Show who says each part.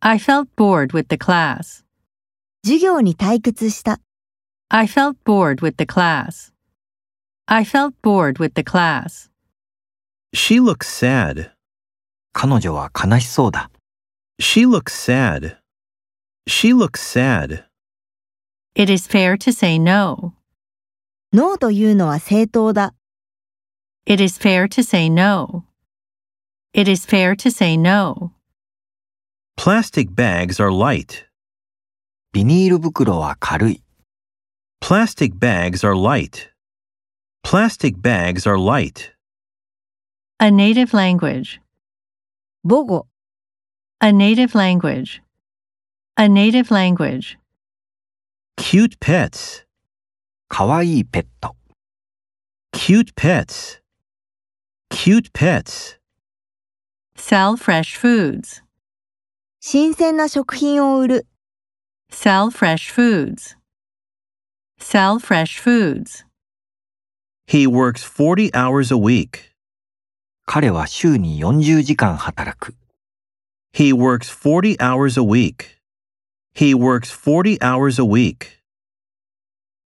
Speaker 1: I felt bored with the class.
Speaker 2: 授業に退屈した。
Speaker 1: I felt bored with the class. I felt bored with the class.
Speaker 3: She looks sad.
Speaker 4: 彼女は悲しそうだ。
Speaker 3: She looks sad. She looks sad.
Speaker 1: It is fair to say no.
Speaker 2: ノーというのは正当だ。
Speaker 1: It is fair to say no. It is fair to say no.
Speaker 3: Plastic bags are light.
Speaker 4: ビニール袋は軽い。
Speaker 3: Plastic bags are light. Plastic bags are light.
Speaker 1: A native language.
Speaker 2: 母語、
Speaker 1: A native language. A native language.
Speaker 3: Cute pets.
Speaker 4: かわいいペット。
Speaker 3: Cute pets. Cute pets.
Speaker 1: Sell fresh foods.
Speaker 2: 新鮮な食品を売る。
Speaker 1: Sell fresh foods. Sell fresh foods.
Speaker 3: He works 40 hours a week.
Speaker 4: 彼は週に40時間働く。
Speaker 3: He works 40 hours a week. He works 40 hours a week.